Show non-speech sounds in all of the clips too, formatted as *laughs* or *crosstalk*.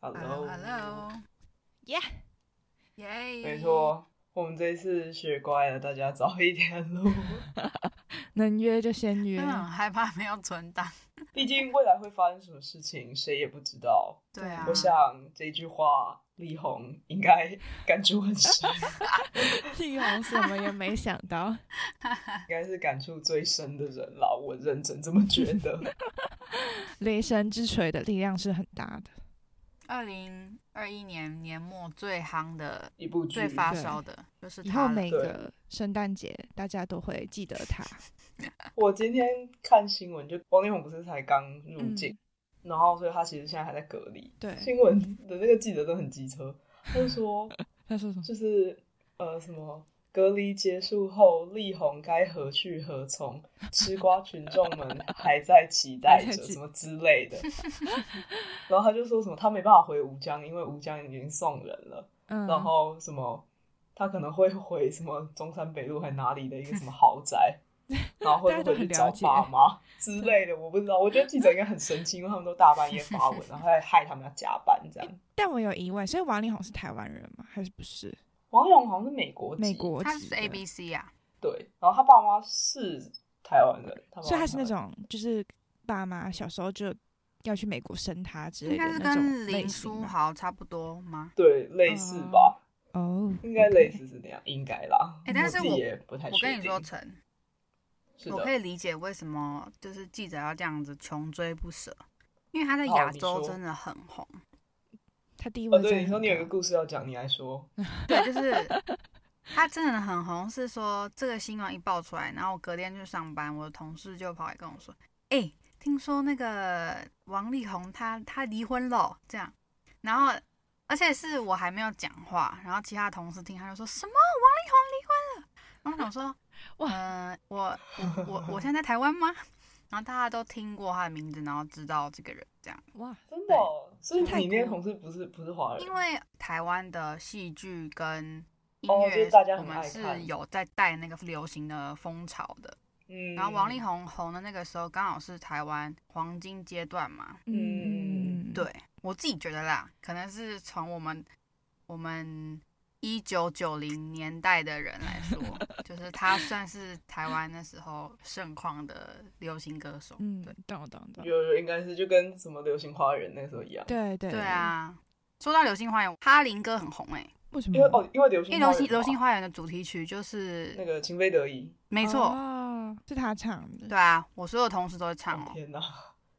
Hello，耶！耶！没，错，我们这次学乖了，大家早一点 *laughs* 录，能约就先约真。的很害怕没有存档。毕竟未来会发生什么事情，谁也不知道。对啊，我想这句话，力宏应该感触很 *laughs* 深， *laughs* 力宏什么也没想到，应该是感触最深的人了。我认真这么觉 *laughs* 得。雷神之锤的力量是很大的。二零二一年年末最夯的、一部剧最，发烧的就是嗯以后他了。每个圣诞节大家都会记得他。我今天看新闻，就王力宏不是才刚入境，嗯然后所以他其实现在还在隔离。对，新闻的那个记者都很机车，他就说。他说什么？就是呃什么隔离结束后，力宏该何去何从？吃瓜群众们还在期待还着在期什么之类的。 *laughs* 然后他就说什么他没办法回吴江，因为吴江已经送人了。嗯，然后什么他可能会回什么中山北路还哪里的一个什么豪 *laughs* 宅。然后会不会去找爸妈之类的，我不知道。我觉得记者应该很生气，因为他们都大半夜发文，然后还害他们要加班这 *laughs* 样。但我有疑问，所以王力宏是台湾人吗？还是不是？王力宏好像是美国籍美国他籍是的 A B C 啊，对，然后他爸妈是台湾人，爸妈所以他是台那湾人种就是爸妈小时候就要去美国生他之应类的该是跟那种类林型书吗。豪差不多吗？对类似嗯吧，哦，应该类 OK。似是那样，应该啦。诶哎但是我自己我也不太我确定。跟你说，陈，是我可的，以理解为什么就是记者要这样子穷追不舍，因为他在哦亚你洲说真的很红。他第一哦位真的对，你很高。说你有一个故事要讲，你还说，对，就是他真的很红，是说这个新闻一爆出来，然后我隔天去上班，我的同事就跑来跟我说：“哎、听说那个王力宏他他离婚了。”这样，然后而且是我还没有讲话，然后其他同事听他就说什么王力宏离婚了，然后我想说，哇呃，我我我我现在在台湾吗？ *laughs* 然后大家都听过他的名字，然后知道这个人这样。哇，真的哦，所以泰你那个国同事不是不是华人，因为台湾的戏剧跟音哦就乐，是大家我很们爱是看有在带那个流行的风潮的。嗯，然后王力，宏红的那个时候，刚好是台湾黄金阶段嘛。嗯嗯，对我自己觉得啦，可能是从我们我们一九九零年代的人来 *laughs* 说，就是他算是台湾那时候盛况的流行歌手。嗯对，懂懂懂。有有应该是就跟什么流行花园那时候一样，对对对，啊，说到流星花园，哈林哥很红哎、为什么？因为哦，因为流因为星流花星园流星嘛花园的主题曲就是那个情非得已，没错，哦，是他唱的。对啊，我所有同事都会唱哦哦。天哪，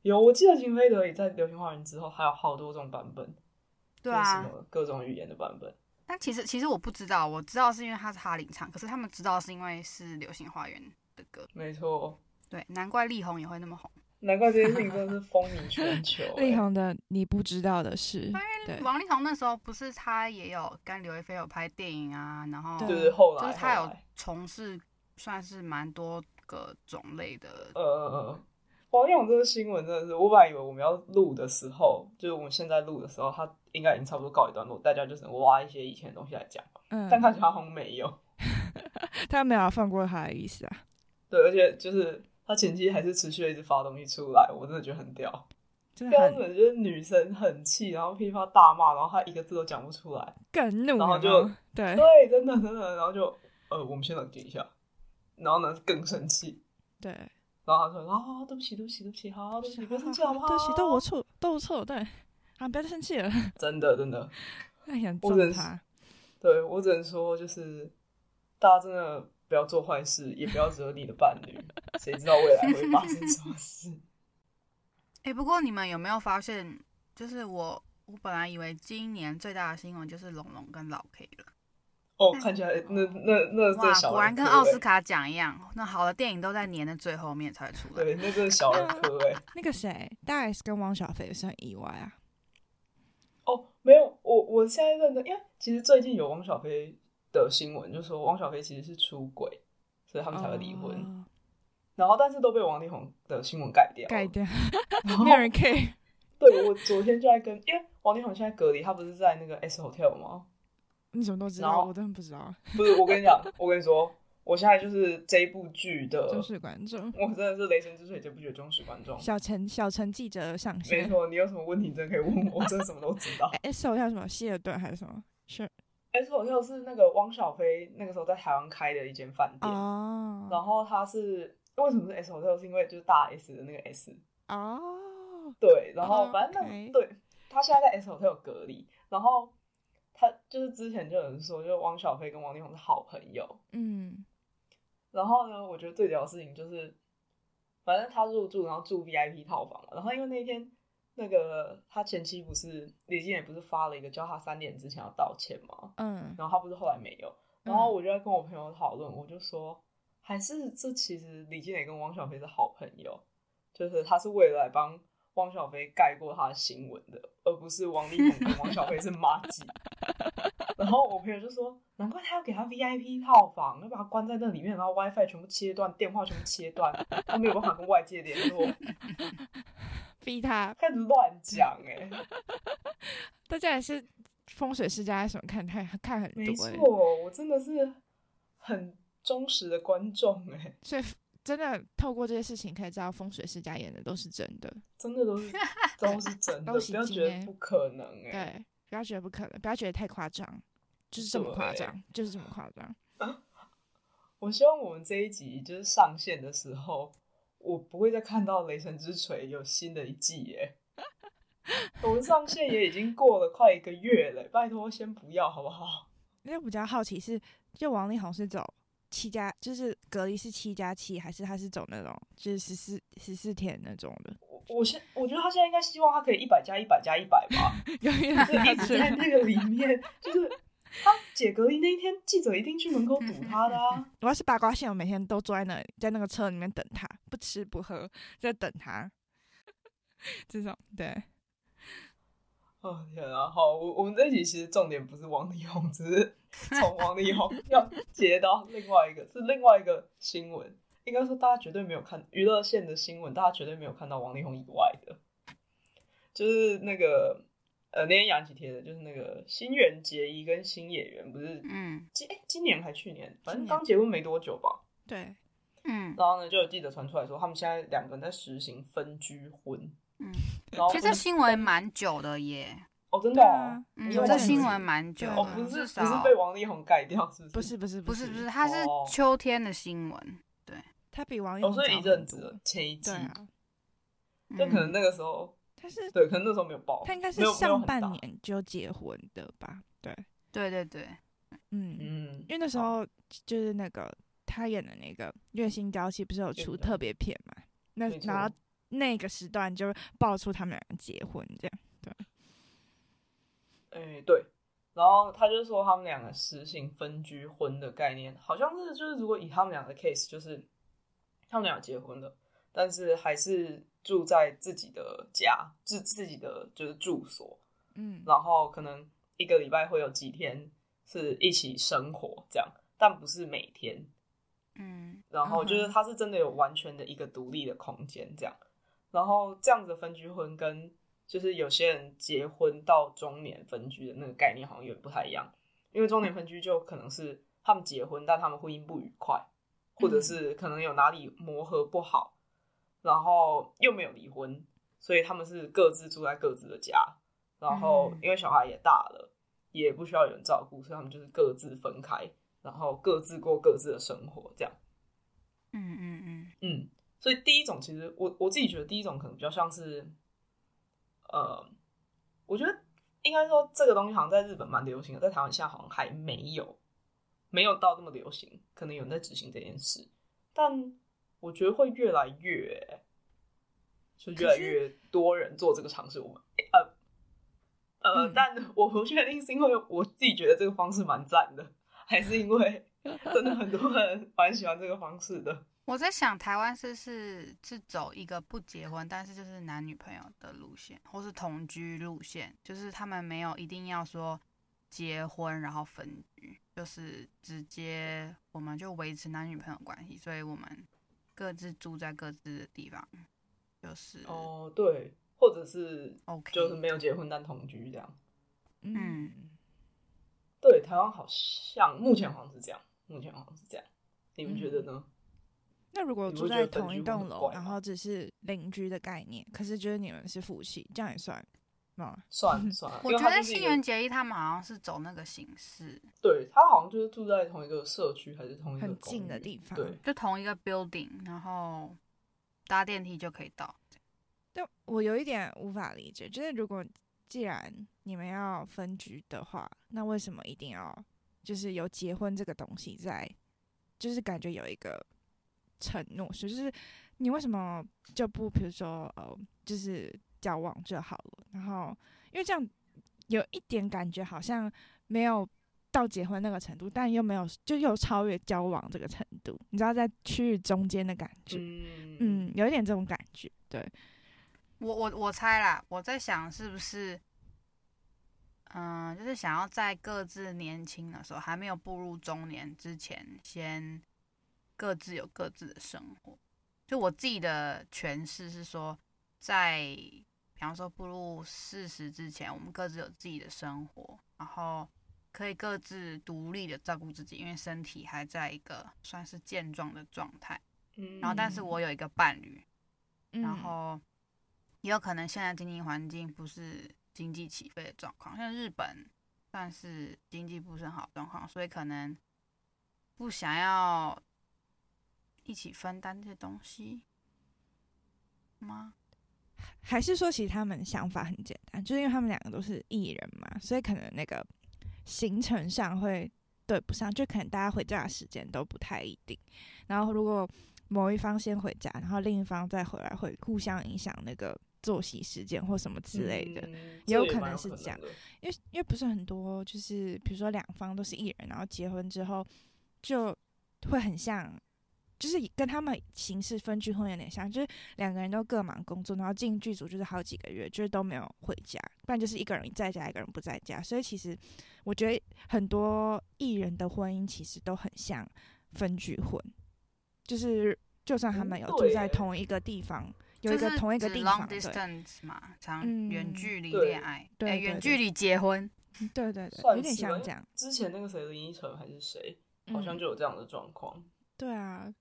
有我记得情非得已在流星花园之后还有好多种版本，就对是什啊，么各种语言的版本，但其实其实我不知道，我知道是因为他是哈林唱，可是他们知道是因为是《流星花园》的歌。没错。哦对，难怪力宏也会那么红，难怪这件事情真的是风靡全 *laughs* 球、欸。力宏的你不知道的事，对王力宏那时候不是他也有跟刘亦菲有拍电影啊，然后欸就对是后来，就是他后有来从事算是蛮多个种类的。呃呃呃，王力宏这个新闻真的是，我本来以为我们要录的时候，就是我们现在录的时候，他应该已经差不多告一段落，大家就只能挖一些以前的东西来讲，嗯，但看起来好像没有。他没有放过他的意思啊。对，而且就是他前期还是持续的一直发东西出来，我真的觉得很屌，嗯真的标很准就是女生很气，然后噼啪大骂，然后他一个字都讲不出来。更怒，然后就有没有对，对，真的真的，然后就呃，我们先冷静一下，然后呢更生气。对，然后他说：“啊，对不起，对不起，对不起，好，对不起，不要生气好不好？ *laughs* 对不起，都我错，都我错，对，啊，不要再生气了，哎真的，真的，那想我真是揍他，对我只能说，就是大家真的不要做坏事，也不要惹你的伴侣，谁知道未来会发生什么 *laughs* 事？哎、不过你们有没有发现，就是我我本来以为今年最大的新闻就是龙龙跟老 K 了。哦，看起来那那那这哇，小果儿然跟科奥欸斯，卡奖一样，那好的电影都在年的最后面才出来。对，那真的小儿科 *laughs* 哎。那个谁，大 S 跟汪小菲也是很意外啊，哦，没有，我我现在认真，因为其实最近有汪小菲的新闻，就说汪小菲其实是出轨，所以他们才会离婚。哦然后，但是都被王力宏的新闻改掉了，改掉， *laughs* 然后没有人 care，对，我昨天就在跟，因为王力宏现在隔离，他不是在那个 S Hotel 吗？你怎么都知然道，后我真的不知道，不是，我跟你讲，我跟你说，我现在就是这一部剧的忠实观众， *laughs* 我真的是雷神之锤这部剧的忠实观众。小陈小陈记者上线，没错，你有什么问题真的可以问我，我真的什么都知 *laughs* 道。 S O 叫什么希尔顿还是什么？是 S O 叫是那个汪小菲那个时候在台湾开的一间饭店，哦然后他是为什么是 S O 叫？是因为就是大 S 的那个 S，哦，对，然后反正那 OK 对他现在在 S O 有隔离，然后他就是之前就有人说，就是汪小菲跟王力宏是好朋友，嗯，然后呢，我觉得最屌的事情就是，反正他入住，然后住 VIP 套房嘛。然后因为那天那个他前妻不是李静也不是发了一个叫他三点之前要道歉嘛，嗯，然后他不是后来没有，然后我就在跟我朋友讨论，我就说还是这其实李静蕾跟汪小菲是好朋友，就是他是为了来帮汪小菲盖过他的新闻的，而不是王力宏跟汪小菲是妈鸡。然后我朋友就说，难怪他要给他 VIP 套房，要把他关在那里面，然后 WiFi 全部切断，电话全部切断，他没有办法跟外界联络，逼他，开始乱讲哎、大家也是风水世家什么看太看很没多、欸，错，我真的是很忠实的观众哎、所以真的透过这些事情可以知道风水世家演的都是真的，真的都 *laughs* 是都是真的，都不是要经觉得验不可能哎、对，不要觉得不可能，不要觉得太夸张，就是这么夸张，就是这么夸张，我希望我们这一集就是上线的时候，我不会再看到《雷神之锤》有新的一季耶。我们上线也已经过了快一个月了，拜托先不要好不好？因为我比较好奇是，就王力宏是走七加，就是隔离是七加七，还是他是走那种就是十四十四天那种的？ *laughs* 我我现我觉得他现在应该希望他可以一百加一百加一百 *laughs* 吧，永远 *laughs* 就一直在那个里面，就是他解隔离那一天，记者一定去门口堵他的啊。我要是八卦线，我每天都坐在那里，在那个车里面等他，不吃不喝，在等他。 *laughs* 这种对， *laughs* 哦天啊，好，我我们这一集其实重点不是王力宏，只是从王力宏要接到另外一个是另外一个新闻，应该说大家绝对没有看娱乐线的新闻，大家绝对没有看到王力宏以外的，就是那个呃那天杨琪贴的，就是那个新垣结衣跟新演员不是嗯今、诶今年还去年，反正今年刚结婚没多久吧，对，嗯然后呢就有记者传出来说他们现在两个人在实行分居婚，嗯，然后其实这新闻蛮久的耶，哦真的对哦、啊嗯，你有这看新吗闻蛮久哦对啊不的，是至不是少被王力宏盖掉是不是？不是不是不是是不是，它是哦秋天的新闻，他比王力哦，宏所以早一阵很子多了，前一季，对啊，就可能嗯那个时候，他是对，可能那时候没有爆，他应该是没有上半，没有很大年就结婚的吧？对，对对对，嗯，嗯因，为那时候就是那个他演的那个《月薪娇妻》，不是有对对出特别片嘛？那没错然后那个时段就爆出他们两个结婚这样，哎，对，然后他就说他们两个实行分居婚的概念，好像是就是如果以他们两个 case，就是他们俩结婚了，但是还是住在自己的家，自自己的就是住所，嗯，然后可能一个礼拜会有几天是一起生活这样，但不是每天，嗯，然后就是嗯哼他是真的有完全的一个独立的空间这样，然后这样子的分居婚跟就是有些人结婚到中年分居的那个概念好像有点不太一样，因为中年分居就可能是他们结婚，但他们婚姻不愉快，或嗯者是可能有哪里磨合不好，然后又没有离婚，所以他们是各自住在各自的家，然后嗯因为小孩也大了，也不需要有人照顾，所以他们就是各自分开，然后各自过各自的生活这样。嗯嗯嗯，嗯，所以第一种其实我我自己觉得第一种可能比较像是，呃，我觉得应该说这个东西好像在日本蛮流行的，在台湾现在好像还没有没有到那么流行，可能有人在执行这件事，但我觉得会越来越，就越来越多人做这个尝试。我们呃呃，嗯但我不确定是因为我自己觉得这个方式蛮赞的，还是因为真的很多人蛮喜欢这个方式的。我在想台湾是是是走一个不结婚，但是就是男女朋友的路线，或是同居路线，就是他们没有一定要说结婚然后分居，就是直接我们就维持男女朋友关系，所以我们各自住在各自的地方，就是哦，对，或者是 OK，就是没有结婚但同居这样。嗯嗯对，台湾好像目前好像是这样，目前好像是这样。你们觉得呢？那如果你住会觉在得分同一居会栋很楼，怪然吗后只是邻居的概念，可是就是你们是夫妻，这样也算吗？算算了，我因为觉他得就是一新个垣结衣他们好像是走那个形式，对他好像就是住在同一个社区还是同一个很公近的寓地方。对，就同一个 building，然后搭电梯就可以到。但我有一点无法理解，就是如果既然你们要分居的话，那为什么一定要就是有结婚这个东西在？就是感觉有一个承诺，就是你为什么就不比如说呃，就是交往就好了？然后因为这样有一点感觉好像没有。到结婚那个程度，但又没有，就又超越交往这个程度，你知道在区域中间的感觉，嗯嗯，有一点这种感觉，对，我我我猜啦，我在想是不是，嗯、就是想要在各自年轻的时候，还没有步入中年之前，先各自有各自的生活。就我自己的诠释是说，在比方说步入四十之前，我们各自有自己的生活，然后可以各自独立的照顾自己，因为身体还在一个算是健壮的状态。嗯然后，但是我有一个伴侣，然嗯后也有可能现在经济环境不是经济起飞的状况，像日本算是经济不是很好的状况，所以可能不想要一起分担这些东西吗？还是说，其实他们想法很简单，就是因为他们两个都是艺人嘛，所以可能那个行程上会对不上，就可能大家回家的时间都不太一定。然后如果某一方先回家，然后另一方再回来，会互相影响那个作息时间或什么之类的。嗯也有这可蛮能有是可能这样的。 *laughs* 因为因为不是很多，就是比如说两方都是艺人，然后结婚之后就会很像，就是跟他们形式分居婚有点像，就是两个人都各忙工作，然后进剧组就是好几个月，就是都没有回家，不然就是一个人在家，一个人不在家。所以其实我觉得很多艺人的婚姻其实都很像分居婚，就是就算他嗯们有对住在耶同一个地方，有就一个是同一个指地 long 方，对 distance 嘛，长嗯远距离对恋爱，对哎对远对距离结婚，对对对，算有点是吧像因这为样，之前那个谁林依晨还是谁，好嗯像就有这样的状况。对啊，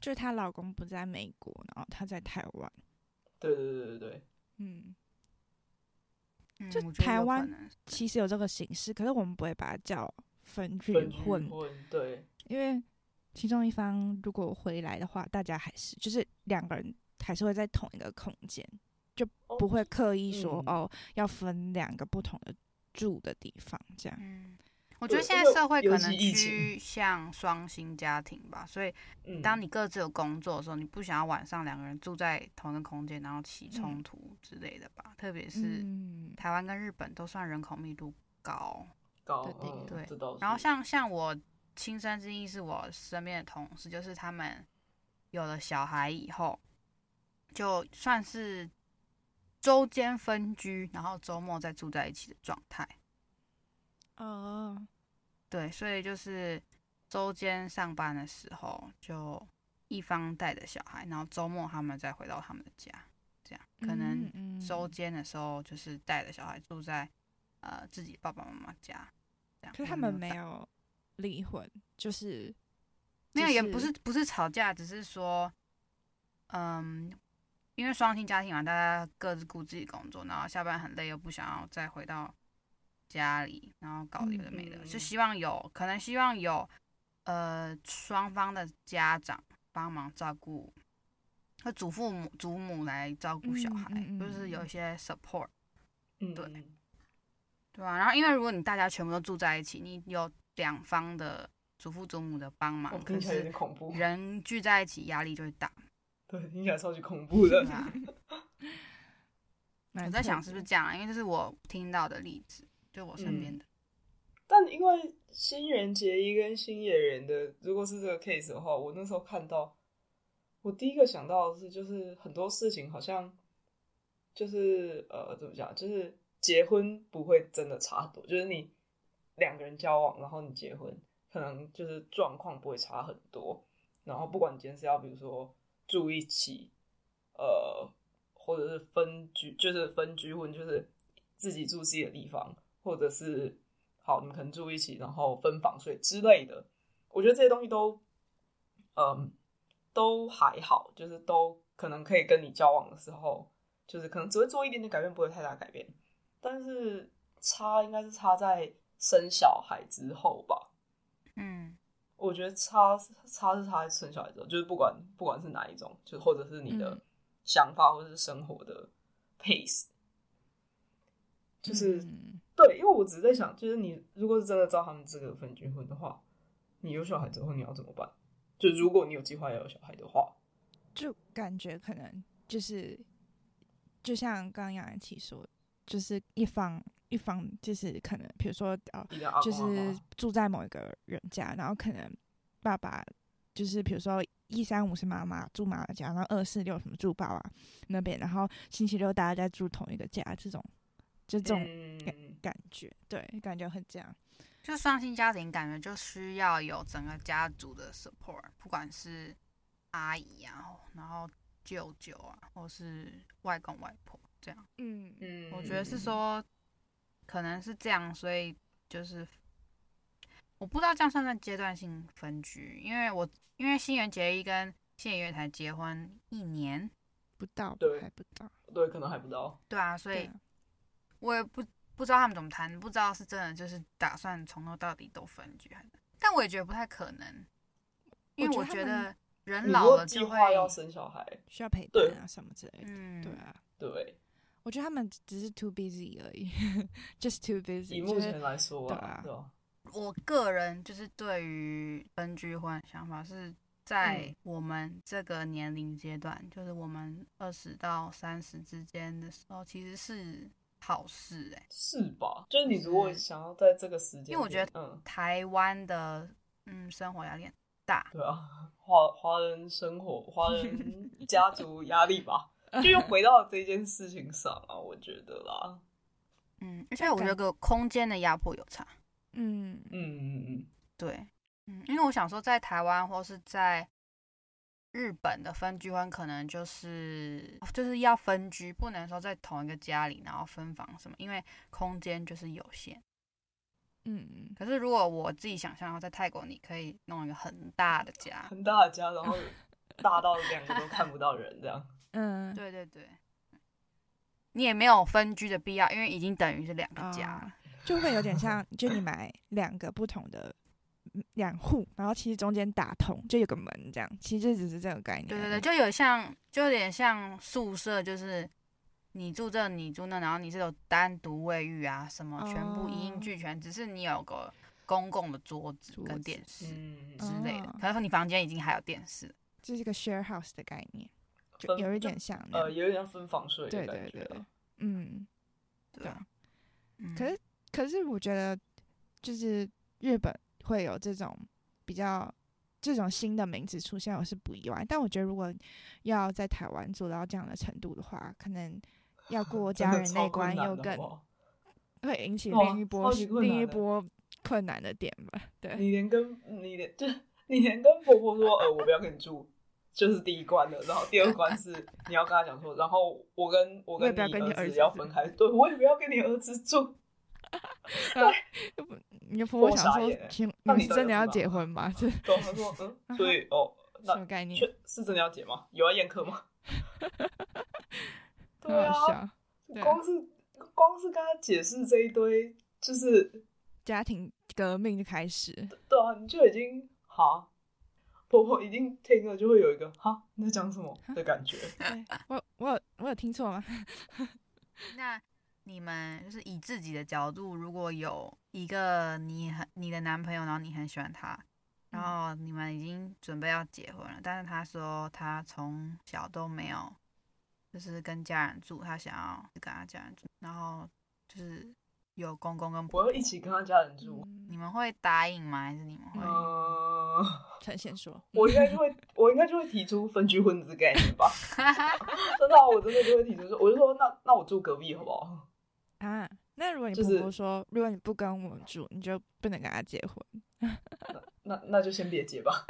就是她老公不在美国，然后她在台湾。对对对对对，嗯，嗯就我觉得台有可湾能是其实有这个形式，可是我们不会把它叫分居分居婚，婚对，因为其中一方如果回来的话，大家还是就是两个人还是会在同一个空间，哦不会刻意说、嗯哦要分两个不同的住的地方这样。嗯，我觉得对现因在为社会尤可其能疫情趋向双薪家庭吧，所以嗯，当你各自有工作的时候，你不想要晚上两个人住在同一个空间，然后起冲突之类的吧？特别是嗯，台湾跟日本都算人口密度高，高对对嗯对这倒是然后像像我亲身之印是我身边的同事，就是他们有了小孩以后，就算是周间分居，然后周末再住在一起的状态。哦，对，所以就是周间上班的时候，就一方带着小孩，然后周末他们再回到他们的家，这样可能嗯周嗯间的时候就是带着小孩住在呃自己爸爸妈妈家，这样。可是他我们没没带有离婚，就是没有也就不是不是吵架，只是说，嗯，因为双薪家庭嘛，大家各自顾自己工作，然后下班很累又不想要再回到家里，然后搞有的没的，嗯就希望有可能希望有呃双方的家长帮忙照顾，和祖父母祖母来照顾小孩，嗯嗯嗯就是有一些 support。嗯对嗯对啊，然后因为如果你大家全部都住在一起，你有两方的祖父祖母的帮忙哦，可听起来有是点恐怖，人聚在一起压力就会大。对，听起来超级恐怖的 *laughs* 对。啊，蛮我在特想是不别是这样啊，因为这是我听到的例子，就我身边的。但因为新垣结衣跟新野人的，如果是这个 case 的话，我那时候看到，我第一个想到的是，就是很多事情好像就是呃，怎么讲，就是结婚不会真的差多，就是你两个人交往，然后你结婚，可能就是呃状况不会差很多。然后不管你今天是要比如说住一起，呃，或者是分居，就是分居婚，就是自己住自己的地方，或者是好你们可能住一起，然后分房睡之类的。我觉得这些东西都嗯，都还好，就是都可能可以跟你交往的时候，就是可能只会做一点点改变，不会太大改变。但是差应该是差在生小孩之后吧。嗯，我觉得差差是差在生小孩之后，就是不管不管是哪一种，就或者是你的嗯想法，或者是生活的 pace，就是嗯对，因为我只是在想，就是你如果是真的照他们这个分居婚的话，你有小孩之后你要怎么办？就如果你有计划要有小孩的话，就感觉可能就是，就像刚刚杨安琪说，就是一方一方就是可能，比如说呃，一定要阿公就是住在某一个人家，然后可能爸爸就是比如说一三五是妈妈住妈妈家，然后二四六什么住爸爸那边，然后星期六大家在住同一个家，这种就这这种嗯，感觉，对，感觉很这样。就双薪家庭感觉就需要有整个家族的 support，不管是阿姨啊，然后舅舅啊，或是外公外婆这样。嗯嗯我觉得是，说，可能是这样，所以就是我不知道这样算不算阶段性分居，因为我因为新垣结衣跟谢元才结婚一年，不到，对还不到，对，可能还不知道，对啊，所对以啊，我也不不知道他们怎么谈，不知道是真的就是打算从头到底都分居，还是但我也觉得不太可能，因为我我觉得觉他们得人你如老果了计就会，划要生小孩，需要陪对伴啊什么之类的，嗯，对啊。对，我觉得他们只是 too busy 而已 *laughs* ，just too 以 busy，目就是前来说对啊对吧？我个人就是对于分居婚的想法是在嗯我们这个年龄阶段，就是我们二十到三十之间的时候，其实是好事哎、是吧？就是你如果想要在这个时间点，因为我觉得嗯，台湾的嗯生活压力很大，对啊，华华人生活、华人 *laughs* 家族压力吧，就又回到这件事情上啊，我觉得啦，嗯，而且我觉得空间的压迫有差，嗯，嗯嗯嗯，对，嗯，因为我想说在台湾或是在日本的分居婚，可能就是就是要分居，不能说在同一个家里然后分房什么，因为空间就是有限。嗯，可是如果我自己想象的话，在泰国你可以弄一个很大的家，很大的家，然后大到两个都看不到人这样，嗯，对对对，你也没有分居的必要，因为已经等于是两个家了。啊就会有点像，就你买两个不同的嗯两户，然后其实中间打通，就有个门这样，其实就只是这个概念。对对对，，就有像，就有点像宿舍，就是你住这，你住那，然后你是有单独卫浴啊，什么全哦部一应俱全，只是你有个公共的桌子桌跟子电视 *laughs* 嗯，之类的哦。可是你房间已经还有电视，这是一个 share house 的概念，就分有一就点像那呃，样。有点像分房睡的对感对觉对啊，，嗯，对啊。嗯可是可是我觉得就是日本会有这种比较这种新的名词出现，我是不意外。但我觉得如果要在台湾做到这样的程度的话，可能 *laughs* 要过真家的人超那困关难又的更好不好 *laughs* 会引起哇另一波超级困另难一的波困难的点吧。对，你连跟你连就你连跟婆婆说，呃，我不要跟你住，就是第一关了。然后第二关是你要跟她讲说，然后我跟我我也跟不要跟你儿儿子子要住分开，对我也不要跟你儿子住。你的婆婆我想傻说眼欸，请你那们你是到真底的要要干结嘛婚吗？ *laughs* 这然后她说，嗯，所 *laughs* 以哦，什那么概念？确是真的要结吗？有要宴客吗？对很 *laughs* 啊，好笑。对啊光是光是跟他解释这一堆，就是家庭革命就开 *laughs* 始，对啊，你就已经哈，婆婆一定听了就会有一个哈你在讲什么的感 *laughs* 觉。对我我有我有听错吗？那你们就是以自己的角度，如果有一个你很你的男朋友，然后你很喜欢他，然嗯后你们已经准备要结婚了，但是他说他从小都没有，就是跟家人住，他想要跟他家人住，然后就是有公公跟我婆要婆，一起跟他家人住。你嗯，们会答应吗？还是你们会？嗯、嗯 *laughs* 陈贤说，我应该就会，我应该就会提出分居婚这个概念吧。 *laughs* 真的啊、我真的就会提出说，我就说那那我住隔壁好不好？啊，那如果你就婆是婆说，如果你不跟我们住，你就不能跟他结婚。那那就先别结 *laughs* 吧。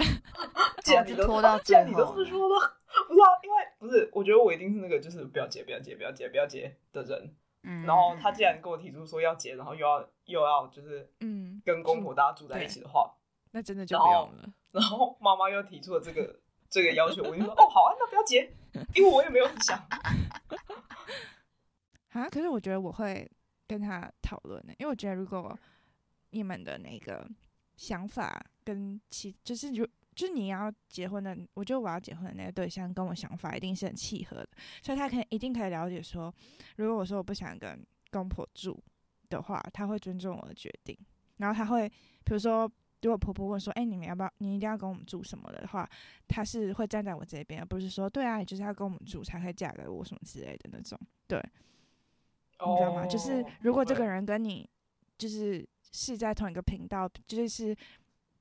既然你都就拖到 *laughs* 既然最你后都是说了，不是啊，因为不是，我觉得我一定是那个就是不要结、不要结、不要结、不要结的人。 *laughs* 嗯，然后他既然跟我提出说要结，然后又要又要就是嗯跟公婆大家住在一起的话，那真的就不用了。然后妈妈又提出了这个这个要求，我就说哦好啊，那不要结，因为我也没有很想。啊，可是我觉得我会跟他讨论的，因为我觉得如果你们的那个想法跟其就是如就是你要结婚的，我觉得我要结婚的那个对象跟我想法一定是很契合的，所以他可以一定可以了解说，如果我说我不想跟公婆住的话，他会尊重我的决定，然后他会比如说。如果婆婆问说：“哎、欸，你们要不要？你一定要跟我们住什么的话，她是会站在我这边，而不是说对啊，你就是要跟我们住才可以嫁给我什么之类的那种。”对，oh, *laughs* 你知道吗？就是如果这个人跟你就是是在同一个频道，就是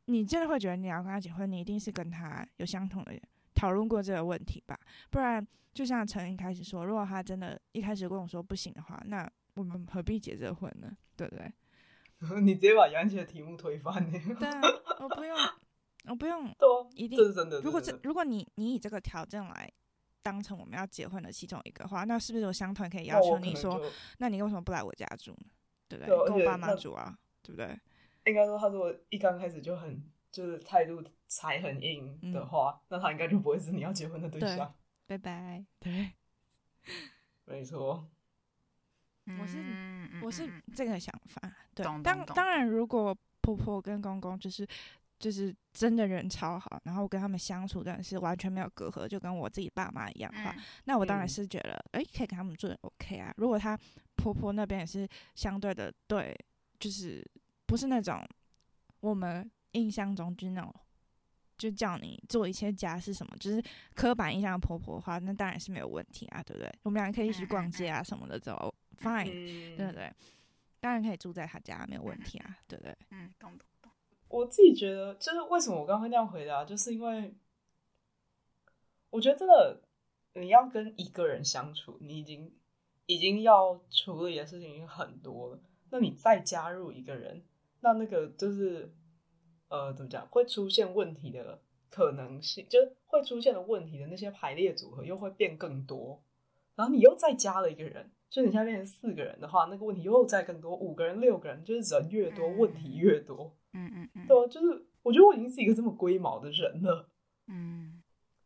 你真的会觉得你要跟他结婚，你一定是跟他有相同的讨论过这个问题吧？不然就像陈一开始说，如果他真的一开始跟我说不行的话，那我们何必结这婚呢？对不对？你直接把杨姐的题目推翻欸呢？ *laughs* 对啊，我不用，我不用，一定这是真的。如果这如果你你以这个条件来当成我们要结婚的其中一个话，那是不是我相同可以要求你说，那你为什么不来我家住呢？对不对？对跟我爸妈住啊，对不对？应该说，他如果一刚开始就很就是态度才很硬的话，嗯、那他应该就不会是你要结婚的对象。对拜拜，对，没错。嗯我是我是这个想法，对。当当然，如果婆婆跟公公就是就是真的人超好，然后我跟他们相处真的是完全没有隔阂，就跟我自己爸妈一样的话，嗯、那我当然是觉得，哎、嗯欸，可以跟他们住也 OK 啊。如果她婆婆那边也是相对的对，就是不是那种我们印象中就是那种就叫你做一些家事什么，就是刻板印象婆婆的话，那当然是没有问题啊，对不对？我们俩可以一起逛街啊什么的，走。Fine，、嗯、对不对？当然可以住在他家，没有问题啊，对不对？嗯，懂懂懂。我自己觉得，就是为什么我刚刚那样回答，就是因为我觉得真的，你要跟一个人相处，你已经已经要处理的事情已经很多了，那你再加入一个人，那那个就是呃，怎么讲，会出现问题的可能性，就是会出现的问题的那些排列组合又会变更多，然后你又再加了一个人。就你现在变成四个人的话，那个问题又再更多；五个人、六个人，就是人越多，问题越多。嗯嗯嗯，对啊，就是我觉得我已经是一个这么龟毛的人了。嗯，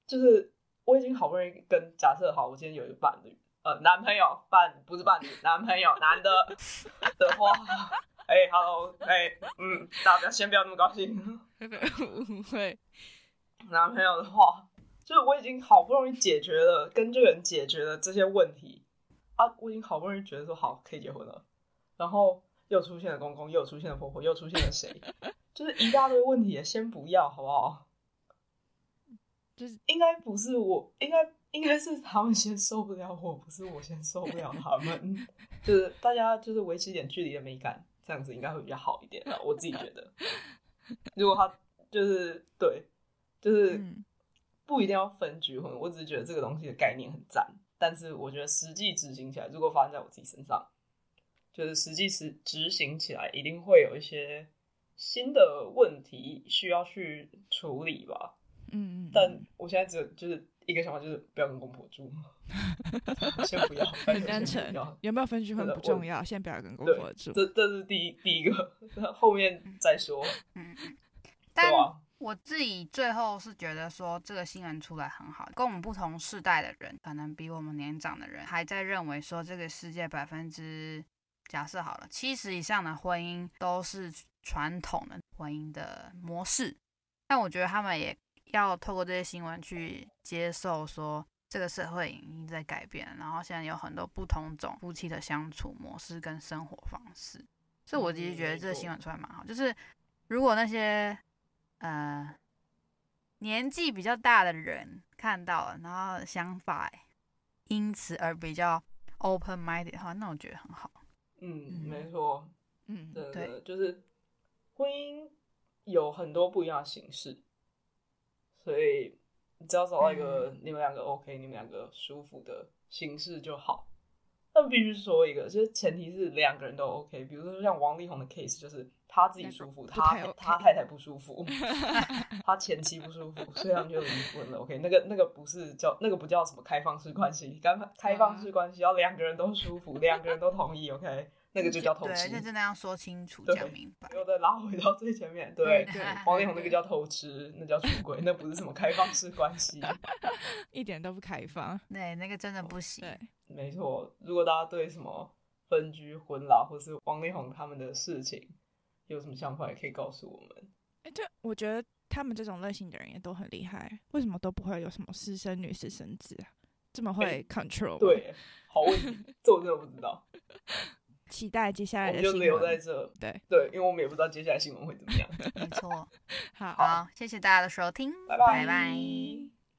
就是我已经好不容易跟假设好，我今天有一个伴侣，呃，男朋友伴不是伴侣，男朋友男的的话， *laughs* 哎、欸、，hello，哎、欸，嗯，大家不要先不要那么高兴， *laughs* *laughs* 误会。男朋友的话，就是我已经好不容易解决了跟这个人解决了这些问题。啊，我已经好不容易觉得说好可以结婚了，然后又出现了公公，又出现了婆婆，又出现了谁，就是一大堆问题，先不要好不好？就是应该不是我，应该应该是他们先受不了我，不是我先受不了他们，就是大家就是维持一点距离的美感，这样子应该会比较好一点吧，我自己觉得。如果他就是对，就是嗯不一定要分局婚，我只是觉得这个东西的概念很赞。但是我觉得实际执行起来，如果发生在我自己身上，就是实际实执行起来，一定会有一些新的问题需要去处理吧。嗯嗯。但我现在只有就是一个想法，就是不要跟公婆住， *laughs* 先不要。很单纯，有没有分居婚不重要，先不要跟公婆住。这这是第一第一个， *laughs* 后面再说。嗯嗯。啊但我自己最后是觉得说，这个新闻出来很好，跟我们不同世代的人，可能比我们年长的人还在认为说，这个世界百分之假设好了，七十以上的婚姻都是传统的婚姻的模式。但我觉得他们也要透过这些新闻去接受说，这个社会已经在改变，然后现在有很多不同种夫妻的相处模式跟生活方式。所以我其实觉得这个新闻出来蛮好，就是如果那些。呃，年纪比较大的人看到了，然后想法因此而比较 open minded 的话，那我觉得很好。嗯，没错，嗯，对对，就是婚姻有很多不一样的形式，所以只要找到一个、嗯、你们两个 OK、你们两个舒服的形式就好。但必须说一个，就是前提是两个人都 OK。比如说像王力宏的 case，就是他自己舒服，他他太太不舒服，他前妻不舒服，所以他们就离婚了。OK，那个那个不是叫那个不叫什么开放式关系，刚开放式关系要两个人都舒服，两个人都同意。OK，那个就叫偷嗯对，而吃且。真的要说清楚、对讲明 *laughs* 白。又再拉回到最前面，对对，对王力宏那个叫偷吃，那叫出轨，那不是什么开放式关系。 *laughs* 一点都不开嗯放。对，那个真的不行。对，没错，如果大家对什么分居、婚啦，或是王力宏他们的事情有什么想法，也可以告诉我们。哎，对，我觉得他们这种类型的人也都很厉害，为什么都不会有什么私生女、私生子啊？这么会 control？吗，对，好问题，这我真的不知道，期待接下来我的们就新留在闻。这。对，对，因为我们也不知道接下来新闻会怎么样。没错。好，好，谢谢大家的收听，拜拜拜拜。